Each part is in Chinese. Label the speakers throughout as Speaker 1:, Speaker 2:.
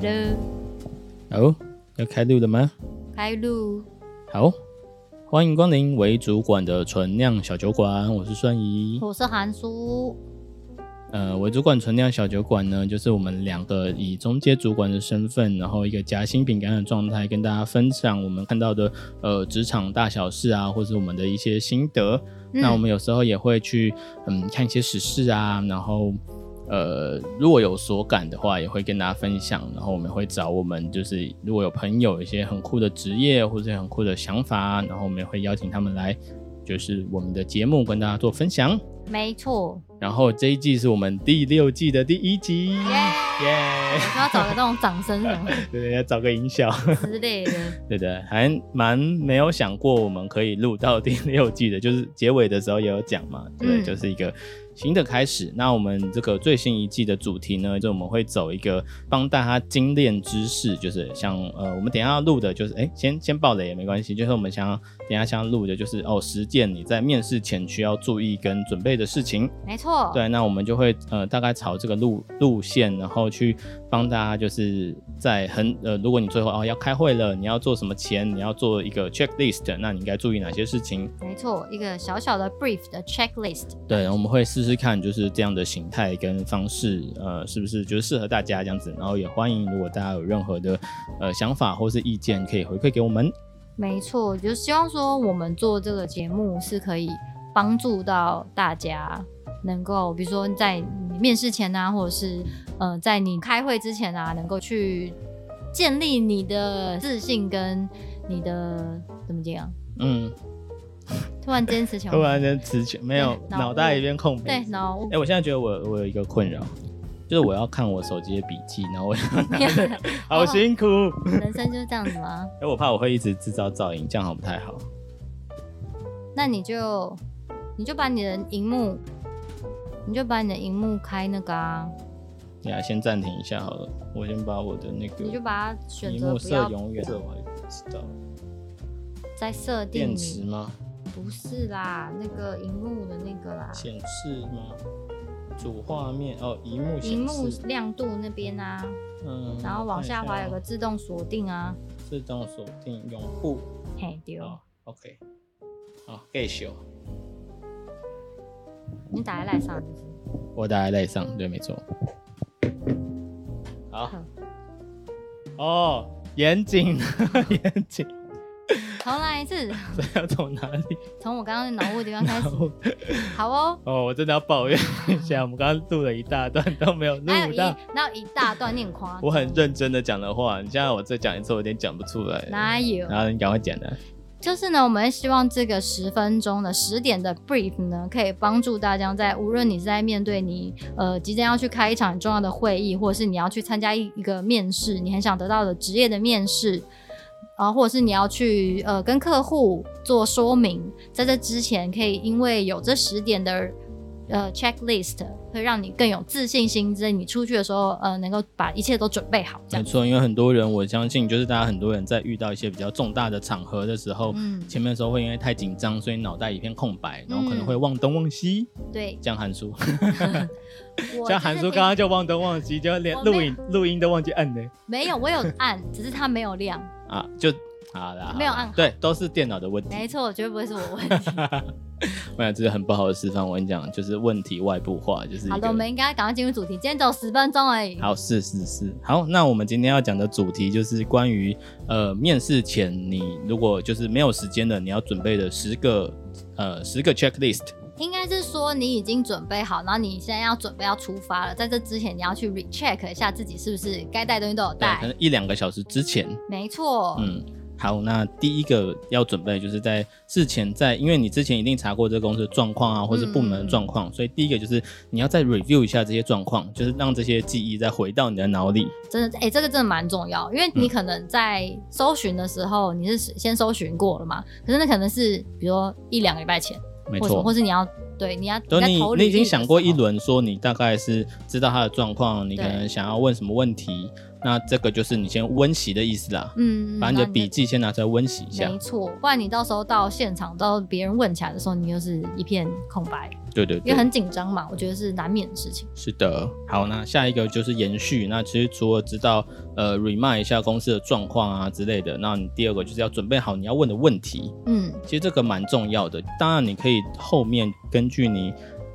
Speaker 1: 的，
Speaker 2: 哦，要开录了吗？
Speaker 1: 开路。
Speaker 2: 好，欢迎光临为主管的纯酿小酒馆，我是孙怡。
Speaker 1: 我是韩叔，
Speaker 2: 呃，为主管纯酿小酒馆呢，就是我们两个以中介主管的身份，然后一个夹心饼干的状态，跟大家分享我们看到的呃职场大小事啊，或者我们的一些心得。那我们有时候也会去嗯看一些时事啊，然后呃如果有所感的话，也会跟大家分享。然后我们会找我们就是如果有朋友有一些很酷的职业或者很酷的想法，啊然后我们也会邀请他们来就是我们的节目跟大家做分享。
Speaker 1: 没错，
Speaker 2: 然后这一季是我们第六季的第一集，
Speaker 1: 耶我
Speaker 2: 耶！
Speaker 1: 是要找个那种掌声什么
Speaker 2: 对，要找个音效，
Speaker 1: 之类的。
Speaker 2: 对的，还蛮没有想过我们可以录到第六季的，就是结尾的时候也有讲嘛，对，
Speaker 1: 嗯
Speaker 2: 就是一个新的开始。那我们这个最新一季的主题呢，就我们会走一个帮大家精炼知识，就是像呃，我们等一下要录的就是，哎，先先爆雷也没关系，就是我们想要等一下想要录的就是哦，实践你在面试前需要注意跟准备的事情。
Speaker 1: 没错，
Speaker 2: 对，那我们就会呃大概朝这个路路线，然后去帮大家就是在很呃，如果你最后哦要开会了，你要做什么前，你要做一个 checklist，那你应该注意哪些事情？
Speaker 1: 没错，一个小小的 brief 的 checklist。
Speaker 2: 对，然后我们会试试看，就是这样的形态跟方式，呃，是不是就是适合大家这样子？然后也欢迎如果大家有任何的呃想法或是意见，可以回馈给我们。
Speaker 1: 没错，就希望说我们做这个节目是可以帮助到大家，能够比如说在你面试前啊，或者是呃在你开会之前啊，能够去建立你的自信跟你的怎么讲？
Speaker 2: 嗯，
Speaker 1: 突然间词穷，
Speaker 2: 突然间词穷，没有
Speaker 1: 对脑
Speaker 2: 脑袋
Speaker 1: 雾
Speaker 2: 一片空白。
Speaker 1: 对，然后
Speaker 2: 哎、我现在觉得我我有一个困扰，就是我要看我手机的笔记，然后我
Speaker 1: 嗯
Speaker 2: 好辛苦。
Speaker 1: 哦人生就是这样子 吗？
Speaker 2: 哎、我怕我会一直制造噪音，这样好像不太好。
Speaker 1: 那你就你就把你的荧幕，你就把你的荧幕开那个啊，
Speaker 2: 你来先暂停一下好了，我先把我的那个
Speaker 1: 你就把它选
Speaker 2: 荧
Speaker 1: 择
Speaker 2: 幕
Speaker 1: 不
Speaker 2: 设
Speaker 1: 要
Speaker 2: 永远设，我也不知道
Speaker 1: 再设定
Speaker 2: 电
Speaker 1: 你
Speaker 2: 池吗？
Speaker 1: 不是啦，那个荧幕的那个啦，
Speaker 2: 显示吗？主画面哦，荧幕
Speaker 1: 荧
Speaker 2: 显
Speaker 1: 幕
Speaker 2: 示，
Speaker 1: 亮度那边啊，
Speaker 2: 嗯，
Speaker 1: 然后往下
Speaker 2: 看一
Speaker 1: 滑
Speaker 2: 哦
Speaker 1: 有个自动锁定啊，
Speaker 2: 自动锁定用户，
Speaker 1: 嘿丢，
Speaker 2: 哦，OK，好，盖修，
Speaker 1: 你打在赖上就是。
Speaker 2: 我打在赖上，对，没错。好
Speaker 1: 好，
Speaker 2: 哦，严谨， 严谨，
Speaker 1: 重来一次，
Speaker 2: 这要从哪里？
Speaker 1: 从我刚刚的脑雾的地方开始
Speaker 2: 然。后
Speaker 1: 好哦，
Speaker 2: 哦，我真的要抱怨 一下，我们刚刚录了一大段都没有
Speaker 1: 还有
Speaker 2: 录
Speaker 1: 一
Speaker 2: 到，
Speaker 1: 那有一大段念夸张，
Speaker 2: 我很认真的讲的话，你现在我再讲一次，我有点讲不出来。
Speaker 1: 哪有？
Speaker 2: 然后你赶快讲来。
Speaker 1: 就是呢，我们希望这个十分钟的十点的 brief 呢，可以帮助大家在无论你是在面对你呃即将要去开一场很重要的会议，或者是你要去参加一一个面试，你很想得到的职业的面试，啊、或者是你要去呃跟客户做说明，在这之前可以因为有这十点的呃 checklist，会让你更有自信心，在你出去的时候呃能够把一切都准备好，这
Speaker 2: 没
Speaker 1: 样。
Speaker 2: 错，因为很多人，我相信就是大家很多人在遇到一些比较重大的场合的时候，
Speaker 1: 嗯，
Speaker 2: 前面的时候会因为太紧张，所以脑袋一片空白，然后可能
Speaker 1: 嗯
Speaker 2: 会忘东忘西。
Speaker 1: 对，
Speaker 2: 像韩叔，
Speaker 1: 我就
Speaker 2: 像
Speaker 1: 是
Speaker 2: 韩叔
Speaker 1: 平
Speaker 2: 刚刚就忘东忘西，就连
Speaker 1: 我没有
Speaker 2: 录影录音都忘记摁呢。
Speaker 1: 没有，我有按，只是它没有亮。
Speaker 2: 啊，就好啦，好啦
Speaker 1: 没有按好
Speaker 2: 对，都是电脑的问题。
Speaker 1: 没错，绝对不会是我 问题。
Speaker 2: 我想这是很不好的示范。我跟你讲，就是问题外部化，就是一
Speaker 1: 好的，我
Speaker 2: 个
Speaker 1: 们应该赶快进入主题，今天只有十分钟而已。
Speaker 2: 好，是是是，好，那我们今天要讲的主题就是关于呃面试前你如果就是没有时间的，你要准备的十个呃十个 checklist。
Speaker 1: 应该是说你已经准备好，然后你现在要准备要出发了，在这之前你要去 recheck 一下自己是不是该带的东西都有
Speaker 2: 对，可
Speaker 1: 带。
Speaker 2: 能一两个小时之前，
Speaker 1: 没错，
Speaker 2: 嗯。好，那第一个要准备就是在事前在，因为你之前一定查过这个公司的状况啊，或是部门的状况，所以第一个就是你要再 review 一下这些状况，就是让这些记忆再回到你的脑里。
Speaker 1: 真的，哎、这个真的蛮重要，因为你可能在搜寻的时候你是先搜寻过了嘛，可是那可能是比如说一两个礼拜前，
Speaker 2: 没
Speaker 1: 或什么，
Speaker 2: 错
Speaker 1: 或，是你要对，你要
Speaker 2: 都
Speaker 1: 在
Speaker 2: 你
Speaker 1: 投
Speaker 2: 你
Speaker 1: 履
Speaker 2: 已经
Speaker 1: 历的
Speaker 2: 想
Speaker 1: 时
Speaker 2: 过一
Speaker 1: 候，
Speaker 2: 轮，说你大概是知道他的状况，你可
Speaker 1: 对
Speaker 2: 能想要问什么问题，那这个就是你先温习的意思啦，
Speaker 1: 嗯，嗯
Speaker 2: 把你的笔。记先拿出来温习
Speaker 1: 然
Speaker 2: 一下
Speaker 1: 后就没。错，不然你到时候到现场，到别人问起来的时候，你又是一片空白，
Speaker 2: 对对
Speaker 1: 因为
Speaker 2: 对，
Speaker 1: 很紧张嘛，我觉得是难免的事情。
Speaker 2: 是的。好，那下一个就是延续。那其实除了知道呃 remind 一下公司的状况啊之类的，那你第二个就是要准备好你要问的问题。
Speaker 1: 嗯，
Speaker 2: 其实这个蛮重要的。当然，你可以后面根据你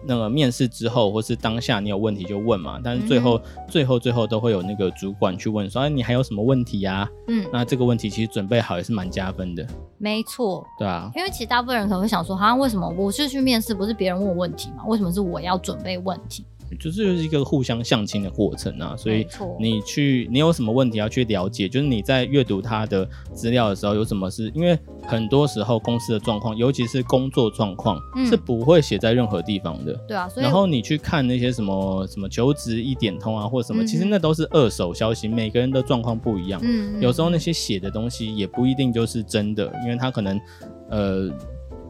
Speaker 2: 那个面试之后，或是当下你有问题就问嘛。但是最后、
Speaker 1: 嗯
Speaker 2: 最后、最后都会有那个主管去问说：“哎，你还有什么问题啊？”
Speaker 1: 嗯，
Speaker 2: 那这个问题其实准备好也是蛮加分的，
Speaker 1: 没错，
Speaker 2: 对啊。
Speaker 1: 因为其实大部分人可能会想说，哈，为什么我是去面试，不是别人问我问题嘛？为什么是我要准备问题？
Speaker 2: 就是就是一个互相相亲的过程啊，所
Speaker 1: 没
Speaker 2: 以
Speaker 1: 错
Speaker 2: 你去你有什么问题要去了解，就是你在阅读他的资料的时候有什么是，因为很多时候公司的状况，尤其是工作状况、
Speaker 1: 嗯
Speaker 2: 是不会写在任何地方的，
Speaker 1: 对啊，所以
Speaker 2: 然后你去看那些什么什么求职一点通啊，或什么，
Speaker 1: 嗯
Speaker 2: 其实那都是二手消息，每个人的状况不一样。
Speaker 1: 嗯，嗯
Speaker 2: 有时候那些写的东西也不一定就是真的，因为他可能，呃，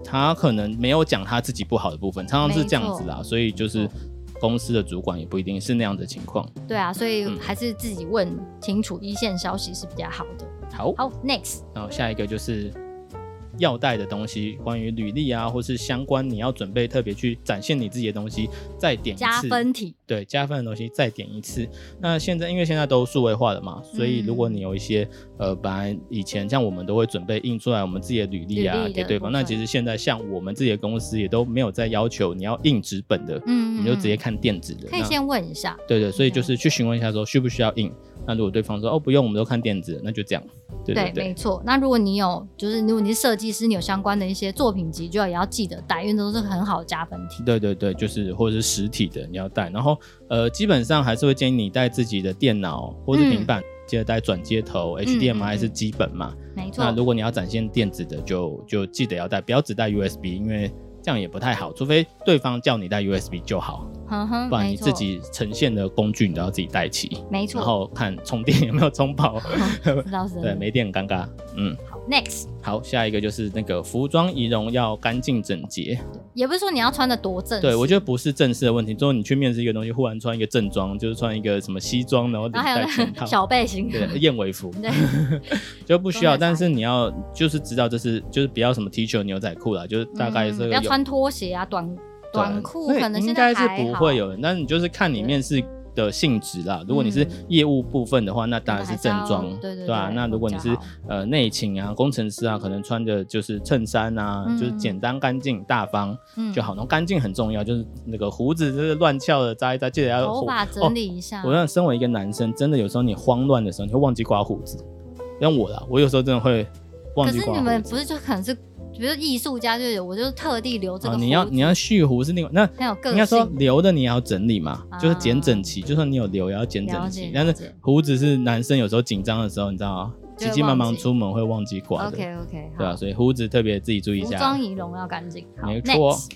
Speaker 2: 他可能没有讲他自己不好的部分，常常是这样子啦。所以就是公司的主管也不一定是那样的情况。
Speaker 1: 对啊，所以
Speaker 2: 嗯
Speaker 1: 还是自己问清楚一线消息是比较好的。
Speaker 2: 好，
Speaker 1: 好，next，
Speaker 2: 然后下一个就是要带的东西，关于履历啊，或是相关你要准备特别去展现你自己的东西，再点一次
Speaker 1: 加分题，
Speaker 2: 对加分的东西再点一次。那现在因为现在都数位化了嘛，所以
Speaker 1: 嗯
Speaker 2: 如果你有一些、呃，本来以前像我们都会准备印出来我们自己的履历啊
Speaker 1: 履历的
Speaker 2: 给对方，
Speaker 1: 部分
Speaker 2: 那其实现在像我们自己的公司也都没有再要求你要印纸本的，
Speaker 1: 嗯，
Speaker 2: 你就直接
Speaker 1: 嗯
Speaker 2: 看电子的。
Speaker 1: 可以
Speaker 2: 那
Speaker 1: 先问一下，
Speaker 2: 对对，所以
Speaker 1: 嗯
Speaker 2: 就是去询问一下说需不需要印。那如果对方说哦不用，我们都看电子的，那就这样。对对
Speaker 1: 没错。那如果你有，就是如果你是设计师，你有相关的一些作品集，就要也要记得带，因为都是很好的加分题。
Speaker 2: 对对对，就是或者是实体的你要带，然后呃，基本上还是会建议你带自己的电脑或是平板，记得带转接头、HDMI
Speaker 1: 嗯
Speaker 2: 是基本嘛。
Speaker 1: 没错
Speaker 2: 那，如果你要展现电子的就，就记得要带，不要只带 USB，因为这样也不太好，除非对方叫你带 USB 就好，
Speaker 1: 哼哼，
Speaker 2: 不然
Speaker 1: 嗯
Speaker 2: 你
Speaker 1: 没
Speaker 2: 自
Speaker 1: 错，
Speaker 2: 己呈现的工具你都要自己带齐，
Speaker 1: 没
Speaker 2: 然
Speaker 1: 错，
Speaker 2: 后看充电有没有充饱，
Speaker 1: 知道是真
Speaker 2: 对，
Speaker 1: 的
Speaker 2: 没电很尴尬。嗯，
Speaker 1: 好 next，
Speaker 2: 好，下一个就是那个服装仪容要干净整洁。
Speaker 1: 也不是说你要穿的多正式，
Speaker 2: 对，我觉得不是正式的问题。之后你去面试一个东西，忽然穿一个正装，就是穿一个什么西装，然后领
Speaker 1: 然后还
Speaker 2: 带
Speaker 1: 有
Speaker 2: 全
Speaker 1: 那
Speaker 2: 套
Speaker 1: 个，小背心，
Speaker 2: 对，燕尾服
Speaker 1: 对，
Speaker 2: 就不需
Speaker 1: 都
Speaker 2: 要。
Speaker 1: 没有
Speaker 2: 但是你要就是知道，这是就是不要什么 T 恤、牛仔裤啦，就是 大概
Speaker 1: 嗯
Speaker 2: 这
Speaker 1: 不
Speaker 2: 个
Speaker 1: 要
Speaker 2: 有
Speaker 1: 穿拖鞋啊，短短裤，
Speaker 2: 对
Speaker 1: 可能
Speaker 2: 应
Speaker 1: 现
Speaker 2: 该
Speaker 1: 在
Speaker 2: 是
Speaker 1: 还
Speaker 2: 不
Speaker 1: 好
Speaker 2: 会有人。但是你就是看你面试的性质啦。如果你是
Speaker 1: 嗯
Speaker 2: 业务部分的话，那当然
Speaker 1: 那还
Speaker 2: 是
Speaker 1: 是
Speaker 2: 正
Speaker 1: 要
Speaker 2: 装，
Speaker 1: 对对
Speaker 2: 吧？
Speaker 1: 对
Speaker 2: 那如果你
Speaker 1: 比
Speaker 2: 是
Speaker 1: 较好
Speaker 2: 呃内勤啊、工程师啊，可能穿的就是衬衫啊，就是
Speaker 1: 嗯
Speaker 2: 简单、干净、大方。
Speaker 1: 嗯
Speaker 2: 就好。然后干净很重要，就是那个胡子就是乱翘的扎一扎，记得要有
Speaker 1: 头
Speaker 2: 胡
Speaker 1: 发
Speaker 2: 哦
Speaker 1: 整理啊一下。
Speaker 2: 我让身为一个男生，真的有时候你慌乱的时候，你会忘记刮胡子。像我啦，我有时候真的会忘
Speaker 1: 可
Speaker 2: 记
Speaker 1: 是
Speaker 2: 刮
Speaker 1: 你
Speaker 2: 胡
Speaker 1: 们
Speaker 2: 子。
Speaker 1: 不是就可能是，比如说艺术家就有，我就特地留这
Speaker 2: 啊，
Speaker 1: 个、
Speaker 2: 你要你要蓄胡是另外，那
Speaker 1: 很有个
Speaker 2: 应该说
Speaker 1: 性，
Speaker 2: 留的你也要整理嘛，
Speaker 1: 啊
Speaker 2: 就是剪整齐。就算你有留，也要剪整
Speaker 1: 了
Speaker 2: 齐
Speaker 1: 解。
Speaker 2: 但是
Speaker 1: 了解
Speaker 2: 胡子是男生有时候紧张的时候，你知道吗？
Speaker 1: 就
Speaker 2: 急
Speaker 1: 会
Speaker 2: 急忙忙
Speaker 1: 忘记
Speaker 2: 出门会忘记刮的，
Speaker 1: OK OK
Speaker 2: 对吧？啊
Speaker 1: 好，
Speaker 2: 所以胡子特别自己注意一
Speaker 1: 服
Speaker 2: 下。
Speaker 1: 装仪容要干净。好
Speaker 2: 没错
Speaker 1: next。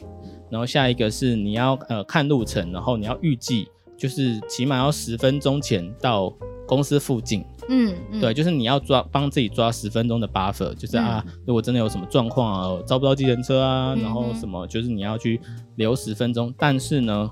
Speaker 2: 然后下一个是你要呃看路程，然后你要预计就是起码要十分钟前到公司附近，
Speaker 1: 嗯嗯，
Speaker 2: 对，，就是你要抓帮自己抓十分钟的 buffer，就是啊，如果真的有什么状况啊，招不到计程车啊，然后
Speaker 1: 嗯哼
Speaker 2: 什么，就是你要去留十分钟，但是呢，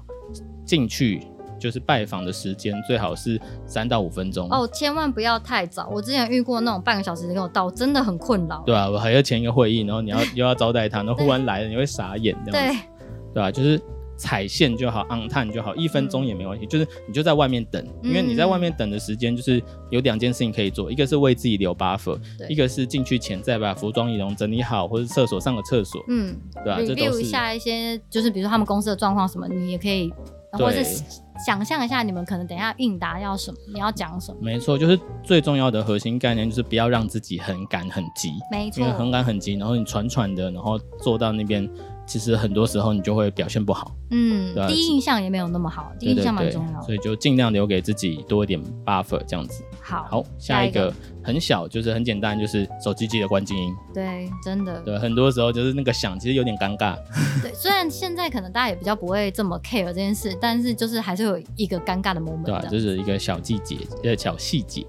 Speaker 2: 进去就是拜访的时间最好是三到五分钟。
Speaker 1: 哦，千万不要太早。我之前遇过那种半个小时给我到，真的很困扰。
Speaker 2: 对啊，我还要前一个会议，然后你要又要招待他，然后忽然来了，你会傻眼这样子。
Speaker 1: 对
Speaker 2: 对啊，就是踩线就好，on time 就好，一分钟也没关
Speaker 1: 嗯
Speaker 2: 系，就是你就在外面等，因为你在外面等的时间就是有两件事情可以做，一个是为自己留 buffer，
Speaker 1: 对
Speaker 2: 一个是进去前再把服装仪容整理好，或者厕所上个厕所，
Speaker 1: 嗯
Speaker 2: 对啊这都
Speaker 1: ，review
Speaker 2: 是
Speaker 1: 一下一些，就是比如说他们公司的状况什么，你也可以，或
Speaker 2: 对
Speaker 1: 者是想象一下你们可能等一下应答要什么，你要讲什么。
Speaker 2: 没错，就是最重要的核心概念就是不要让自己很赶很急，
Speaker 1: 没
Speaker 2: 因
Speaker 1: 错
Speaker 2: 为，很赶很急，然后你喘喘的，然后坐到那边，其实很多时候你就会表现不好，
Speaker 1: 嗯
Speaker 2: 对啊，
Speaker 1: 第一印象也没有那么好，第一
Speaker 2: 对
Speaker 1: 印
Speaker 2: 对
Speaker 1: 象蛮
Speaker 2: 对
Speaker 1: 重要，的。
Speaker 2: 所以就尽量留给自己多一点 buffer 这样子。
Speaker 1: 好，
Speaker 2: 好，
Speaker 1: 下
Speaker 2: 下一
Speaker 1: 一
Speaker 2: 个很小，就是很简单，就是手机记得关静音。
Speaker 1: 对，真的，
Speaker 2: 对，很多时候就是那个响，其实有点尴尬。
Speaker 1: 对，虽然现在可能大家也比较不会这么 care 这件事，但是就是还是有一个尴尬的 moment
Speaker 2: 对吧、啊
Speaker 1: 的。
Speaker 2: 这是一个小细节，呃，小细节。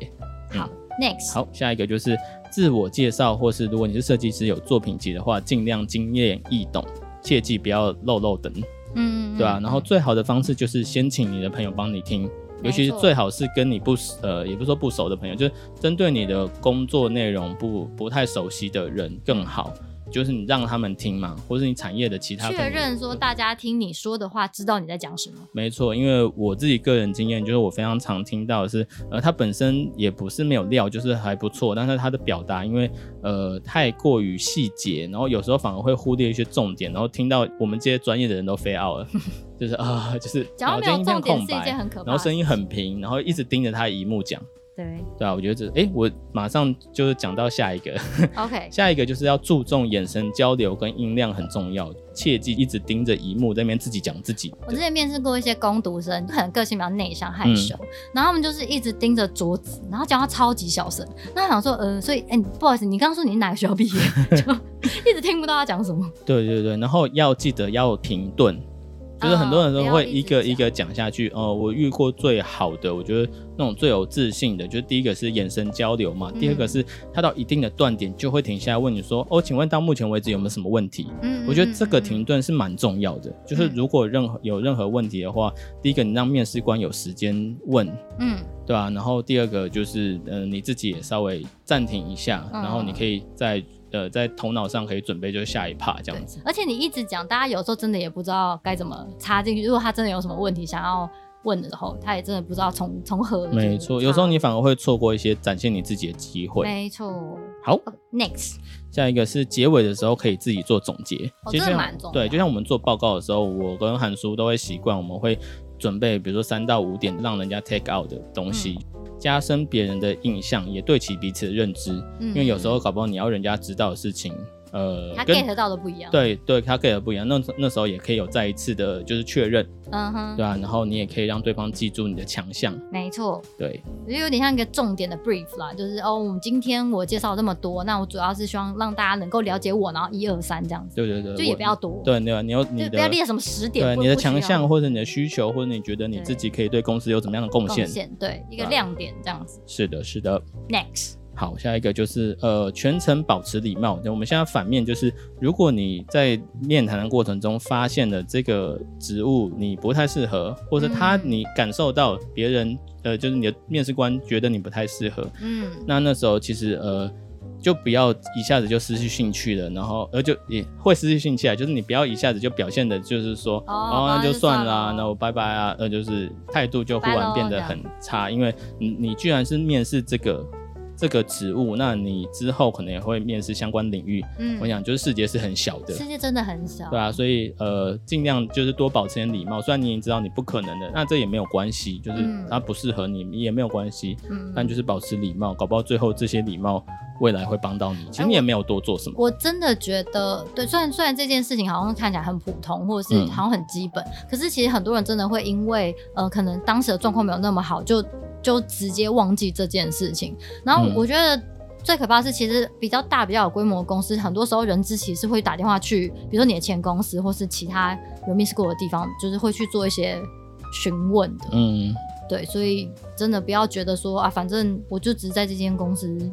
Speaker 1: 好，next，
Speaker 2: 好，下一个就是自我介绍，或是如果你是设计师有作品集的话，尽量精炼易懂。切记不要漏漏等，
Speaker 1: 嗯，
Speaker 2: 对吧、啊然后最好的方式就是先请你的朋友帮你听，尤其
Speaker 1: 没
Speaker 2: 是
Speaker 1: 错
Speaker 2: 最好是跟你不呃，也不是说不熟的朋友，就是针对你的工作内容不不太熟悉的人更好，就是你让他们听嘛，或是你产业的其他
Speaker 1: 嗯
Speaker 2: 朋
Speaker 1: 确
Speaker 2: 友
Speaker 1: 认说大家听你说的话，知道你在讲什么。
Speaker 2: 没错，因为我自己个人经验，就是我非常常听到的是，呃，他本身也不是没有料，就是还不错，但是他的表达因为呃太过于细节，然后有时候反而会忽略一些重点，然后听到我们这些专业的人都飞 out 了，就是啊、就是
Speaker 1: 讲到
Speaker 2: 脑
Speaker 1: 没
Speaker 2: 筋
Speaker 1: 有
Speaker 2: 一
Speaker 1: 重点是
Speaker 2: 片空
Speaker 1: 一件
Speaker 2: 白，
Speaker 1: 很可怕的事情，
Speaker 2: 然后声音很平，然后一直盯着他的荧幕讲，
Speaker 1: 对。
Speaker 2: 对啊，我觉得这哎，我马上就是讲到下一个，
Speaker 1: OK，
Speaker 2: 下一个就是要注重眼神交流跟音量很重要，切记一直盯着荧幕在那边自己讲自己的。
Speaker 1: 我之前面试过一些工读生，可能个性比较内向
Speaker 2: 嗯
Speaker 1: 害羞，然后他们就是一直盯着桌子，然后讲话超级小声。那我想说，呃，所以，哎、你不好意思，你刚刚说你是哪个学校毕业， 就一直听不到他讲什么。
Speaker 2: 对对对，然后要记得要停顿，就是很多人都
Speaker 1: 啊不要
Speaker 2: 会
Speaker 1: 一
Speaker 2: 一
Speaker 1: 直
Speaker 2: 个
Speaker 1: 讲
Speaker 2: 一个讲下去。哦、我遇过最好的，我觉得那种最有自信的，就是第一个是眼神交流嘛，第二个
Speaker 1: 嗯
Speaker 2: 是他到一定的断点就会停下来问你说：“哦，请问到目前为止有没有什么问题？”
Speaker 1: 嗯，
Speaker 2: 我觉得这个
Speaker 1: 嗯
Speaker 2: 停，顿是蛮重要的，就是
Speaker 1: 嗯
Speaker 2: 如果任何有任何问题的话，第一个你让面试官有时间问，
Speaker 1: 嗯嗯，
Speaker 2: 对吧、然后第二个就是，嗯、你自己也稍微暂停一下，
Speaker 1: 嗯
Speaker 2: 然后你可以在呃在头脑上可以准备就是下一趴这样子。
Speaker 1: 而且你一直讲，大家有时候真的也不知道该怎么插进去。如果他真的有什么问题想要问的时候，他也真的不知道从从何。
Speaker 2: 没错，有时候你反而会错过一些展现你自己的机会。
Speaker 1: 没错。哦
Speaker 2: 好，
Speaker 1: Next，
Speaker 2: 下一个是结尾的时候可以自己做总结，
Speaker 1: 哦这
Speaker 2: 其实
Speaker 1: 个
Speaker 2: 像
Speaker 1: 蛮重要
Speaker 2: 对，就像我们做报告的时候，我跟韩叔都会习惯，我们会准备比如说三到五点让人家 take out 的东西，加深别人的印象，也对其彼此的认知。
Speaker 1: 嗯
Speaker 2: 因为有时候搞不好你要人家知道的事情，呃，
Speaker 1: 他
Speaker 2: 跟
Speaker 1: get 到的不一样。，
Speaker 2: 对对，他 get 的不一样，那那时候也可以有再一次的就是确认，
Speaker 1: 嗯哼，
Speaker 2: 对吧、啊然后你也可以让对方记住你的强项，
Speaker 1: 没错。
Speaker 2: 对，
Speaker 1: 我觉得有点像一个重点的 brief 啦，就是哦，我们今天我介绍了这么多，那我主要是希望让大家能够了解我，然后一二三这样子，
Speaker 2: 对对对，
Speaker 1: 就也
Speaker 2: 我
Speaker 1: 不要多，，
Speaker 2: 对对，你有你
Speaker 1: 就
Speaker 2: 的
Speaker 1: 不要列什么十点，
Speaker 2: 对
Speaker 1: 不
Speaker 2: 你的
Speaker 1: 不需要
Speaker 2: 强项或者你的需求，或者你觉得你
Speaker 1: 对
Speaker 2: 自己可以对公司有怎么样的贡
Speaker 1: 贡
Speaker 2: 献？
Speaker 1: 献，对，一个
Speaker 2: 对啊
Speaker 1: 亮点这样子。
Speaker 2: 是的，是的。
Speaker 1: Next，
Speaker 2: 好，下一个就是呃，全程保持礼貌。那我们现在反面就是，如果你在面谈的过程中发现了这个职务你不太适合，或者他
Speaker 1: 嗯
Speaker 2: 你感受到别人呃，就是你的面试官觉得你不太适合，
Speaker 1: 嗯，
Speaker 2: 那那时候其实呃，就不要一下子就失去兴趣了，然后呃就也会失去兴趣啊，就是你不要一下子就表现的就是说
Speaker 1: 哦
Speaker 2: 那
Speaker 1: 那
Speaker 2: 就算啦
Speaker 1: 就算，了
Speaker 2: 那我拜拜啊，呃就是态度就忽
Speaker 1: 拜
Speaker 2: 然
Speaker 1: 咯
Speaker 2: 变得很差，因为你你居然是面试这个。这个职务，那你之后可能也会面试相关领域。
Speaker 1: 嗯
Speaker 2: 我想，就是世界是很小的，
Speaker 1: 世界真的很小，
Speaker 2: 对啊，所以呃，尽量就是多保持点礼貌。虽然你已经知道你不可能的，那这也没有关系，就是
Speaker 1: 嗯
Speaker 2: 它不适合你、也没有关系。
Speaker 1: 嗯，
Speaker 2: 但就是保持礼貌，搞不好最后这些礼貌未来会帮到你。其
Speaker 1: 哎
Speaker 2: 实你也没有多做什么，
Speaker 1: 我真的觉得，对，虽然虽然这件事情好像看起来很普通，或者是
Speaker 2: 嗯
Speaker 1: 好像很基本，可是其实很多人真的会因为呃，可能当时的状况没有那么好，就就直接忘记这件事情。然后
Speaker 2: 嗯
Speaker 1: 我觉得。最可怕的是，其实比较大、比较有规模的公司，很多时候人资其实会打电话去，比如说你的前公司，或是其他有 miss 过的地方，就是会去做一些询问的。
Speaker 2: 嗯，
Speaker 1: 对，所以真的不要觉得说啊，反正我就只是在这间公司，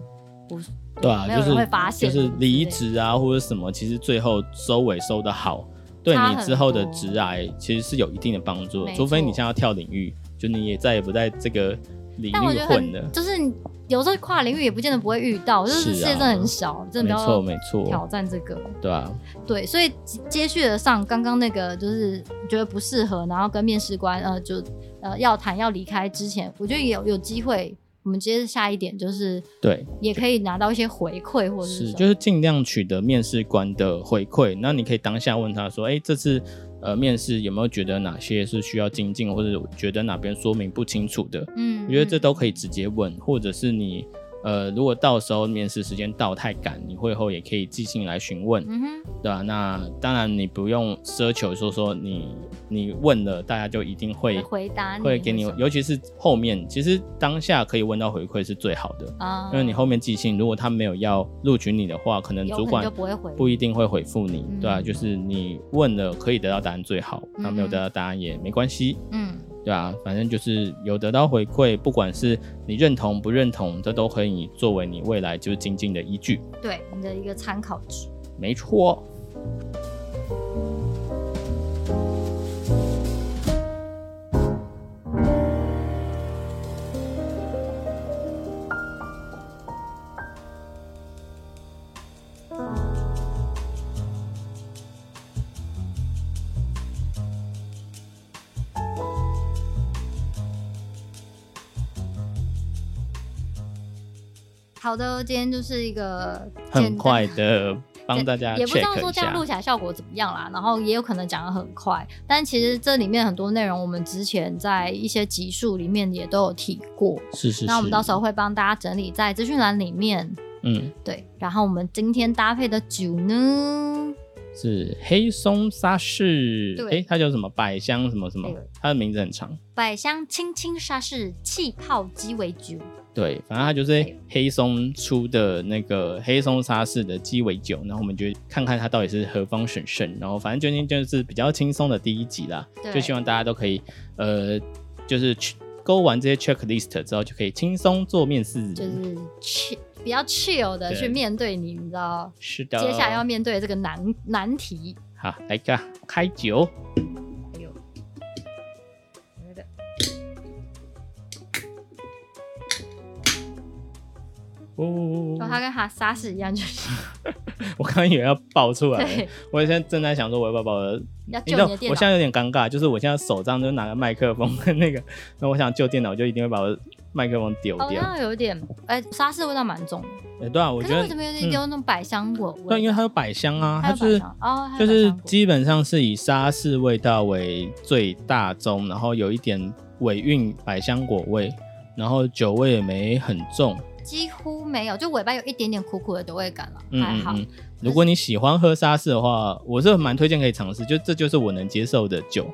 Speaker 1: 不是
Speaker 2: 对啊，
Speaker 1: 没有
Speaker 2: 就
Speaker 1: 人会
Speaker 2: 是
Speaker 1: 发
Speaker 2: 就
Speaker 1: 现
Speaker 2: 是离
Speaker 1: 之类的
Speaker 2: 职啊或者什么，其实最后收尾收的好，对
Speaker 1: 差
Speaker 2: 你
Speaker 1: 很
Speaker 2: 之后的
Speaker 1: 多
Speaker 2: 职涯其实是有一定的帮助的。
Speaker 1: 没
Speaker 2: 除非你
Speaker 1: 错
Speaker 2: 现在要跳领域，就你也再也不在这个领
Speaker 1: 但我觉
Speaker 2: 域
Speaker 1: 得
Speaker 2: 混了
Speaker 1: 很，。就是你有时候跨领域也不见得不会遇到，就是是世界
Speaker 2: 啊
Speaker 1: 真的很小，真
Speaker 2: 没
Speaker 1: 的
Speaker 2: 错
Speaker 1: 不
Speaker 2: 没
Speaker 1: 要挑
Speaker 2: 错，
Speaker 1: 战这个。
Speaker 2: 对啊，
Speaker 1: 对，所以接接续的上刚刚那个，就是觉得不适合，然后跟面试官呃就呃要谈要离开之前，我觉得也有有机会，我们接着下一点就是
Speaker 2: 对。
Speaker 1: 也可以拿到一些回馈或者
Speaker 2: 是，
Speaker 1: 是
Speaker 2: 就是是尽量取得面试官的回馈。那你可以当下问他说：“哎、这次呃面试有没有觉得哪些是需要精进，或者觉得哪边说明不清楚的？”
Speaker 1: 嗯，
Speaker 2: 我觉得这都
Speaker 1: 以
Speaker 2: 可以直接问，或者是你呃，如果到时候面试时间到太赶，你会后也可以寄信来询问，
Speaker 1: 嗯哼。
Speaker 2: 对吧、那当然你不用奢求说说你你问了，大家就一定会
Speaker 1: 会回答你
Speaker 2: 会给你
Speaker 1: 或什，么
Speaker 2: 尤其是后面，其实当下可以问到回馈是最好的。
Speaker 1: 啊，
Speaker 2: 因为你后面寄信，如果他没有要录取你的话，可能
Speaker 1: 有可
Speaker 2: 主
Speaker 1: 能
Speaker 2: 管
Speaker 1: 就不会回
Speaker 2: 不一定会回复你，
Speaker 1: 嗯
Speaker 2: 对啊，就是你问了可以得到答案最好，那没有
Speaker 1: 嗯
Speaker 2: 得到答案也没关系，
Speaker 1: 嗯
Speaker 2: 对啊，反正就是有得到回馈，不管是你认同不认同，这都可以作为你未来就是精进的依据，
Speaker 1: 对你的一个参考值。
Speaker 2: 没错。
Speaker 1: 好的，今天就是一个简
Speaker 2: 很
Speaker 1: 单
Speaker 2: 快的帮大家
Speaker 1: 也不知道
Speaker 2: check
Speaker 1: 说
Speaker 2: 一
Speaker 1: 这样
Speaker 2: 下
Speaker 1: 录。起来效果怎么样啦，然后也有可能讲的很快，但其实这里面很多内容我们之前在一些集数里面也都有提过，
Speaker 2: 是是是，
Speaker 1: 那我们到时候会帮大家整理在资讯栏里面，
Speaker 2: 嗯
Speaker 1: 对，然后我们今天搭配的酒呢，
Speaker 2: 是黑松沙士，
Speaker 1: 对
Speaker 2: 诶，它叫什么百香什么什么
Speaker 1: 对，
Speaker 2: 它的名字很长。
Speaker 1: 百香青青沙士气泡鸡尾酒，
Speaker 2: 对，反正它
Speaker 1: 哎
Speaker 2: 就是黑松出的那个黑松沙士的鸡尾酒，然后我们就看看它到底是何方神圣。然后反正今天就是比较轻松的第一集啦，
Speaker 1: 对
Speaker 2: 就希望大家都可以呃，就是去勾完这些 checklist 之后，就可以轻松做面试。
Speaker 1: 就是 chill 比较 chill 的
Speaker 2: 嗯对
Speaker 1: 去面对你，你知道，
Speaker 2: 是的，
Speaker 1: 接下来要面对这个难难题，哎
Speaker 2: 好来个开酒。
Speaker 1: 还有，
Speaker 2: 嗯哦，
Speaker 1: 然后它跟哈沙士一样，就是
Speaker 2: 我刚刚以为要爆出来，
Speaker 1: 对，
Speaker 2: 我现在正在想说我要不要把我的
Speaker 1: 要
Speaker 2: 你
Speaker 1: 救
Speaker 2: 知道
Speaker 1: 你的电
Speaker 2: 我
Speaker 1: 脑
Speaker 2: 现。在有点尴尬，就是我现在手上就拿个麦克风 跟那个，那我想救电脑，我就一定会把我的麦克风丢
Speaker 1: 好
Speaker 2: 掉。
Speaker 1: 像有点，哎、沙士味道蛮重的。
Speaker 2: 哎对啊，我
Speaker 1: 可
Speaker 2: 觉
Speaker 1: 是为什
Speaker 2: 得，
Speaker 1: 么有点有那种百香果味？
Speaker 2: 对，因为它有百香啊，
Speaker 1: 它
Speaker 2: 它
Speaker 1: 有
Speaker 2: 就是
Speaker 1: 百香哦，它
Speaker 2: 就
Speaker 1: 有
Speaker 2: 是
Speaker 1: 百香果
Speaker 2: 基本上是以沙士味道为最大宗，然后有一点尾韵百香果味，然后酒味也没很重。
Speaker 1: 几乎没有，就尾巴有一点点苦苦的酒味感了，
Speaker 2: 嗯
Speaker 1: 还
Speaker 2: 嗯
Speaker 1: 好。
Speaker 2: 嗯，如果你喜欢喝沙士的话，我是蛮推荐可以尝试，就这就是我能接受的酒，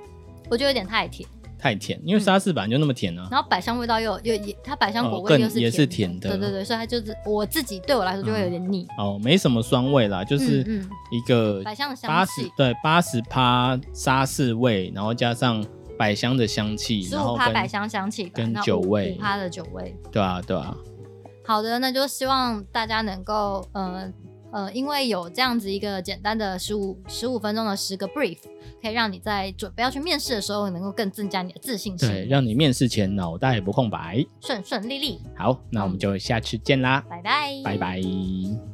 Speaker 1: 我觉得有点太甜，
Speaker 2: 太甜，
Speaker 1: 嗯
Speaker 2: 因为沙士本来就那么甜啊。
Speaker 1: 然后百香味道又又也，它百香果
Speaker 2: 哦
Speaker 1: 味
Speaker 2: 更
Speaker 1: 又是
Speaker 2: 也
Speaker 1: 甜
Speaker 2: 是甜的
Speaker 1: 对对对，所以它就是我自己对我来说就会有点腻，
Speaker 2: 哦，没什么酸味啦，就是
Speaker 1: 嗯嗯
Speaker 2: 一个
Speaker 1: 百香的香
Speaker 2: 八十
Speaker 1: 气，
Speaker 2: 对八十趴沙士味，然后加上百香的香气，
Speaker 1: 十
Speaker 2: 然
Speaker 1: 五
Speaker 2: 后
Speaker 1: 趴
Speaker 2: 跟
Speaker 1: 百香香气吧，
Speaker 2: 跟酒味
Speaker 1: 五趴的酒味。
Speaker 2: 对啊对啊，
Speaker 1: 好的，那就希望大家能够，呃呃，因为有这样子一个简单的十五十五分钟的十个 brief，可以让你在准备要去面试的时候，能够更增加你的自信
Speaker 2: 对，
Speaker 1: 心，
Speaker 2: 让你面试前脑袋不空白。
Speaker 1: 顺顺利利。嗯
Speaker 2: 好，那我们就下次见啦，
Speaker 1: 拜拜，
Speaker 2: 拜拜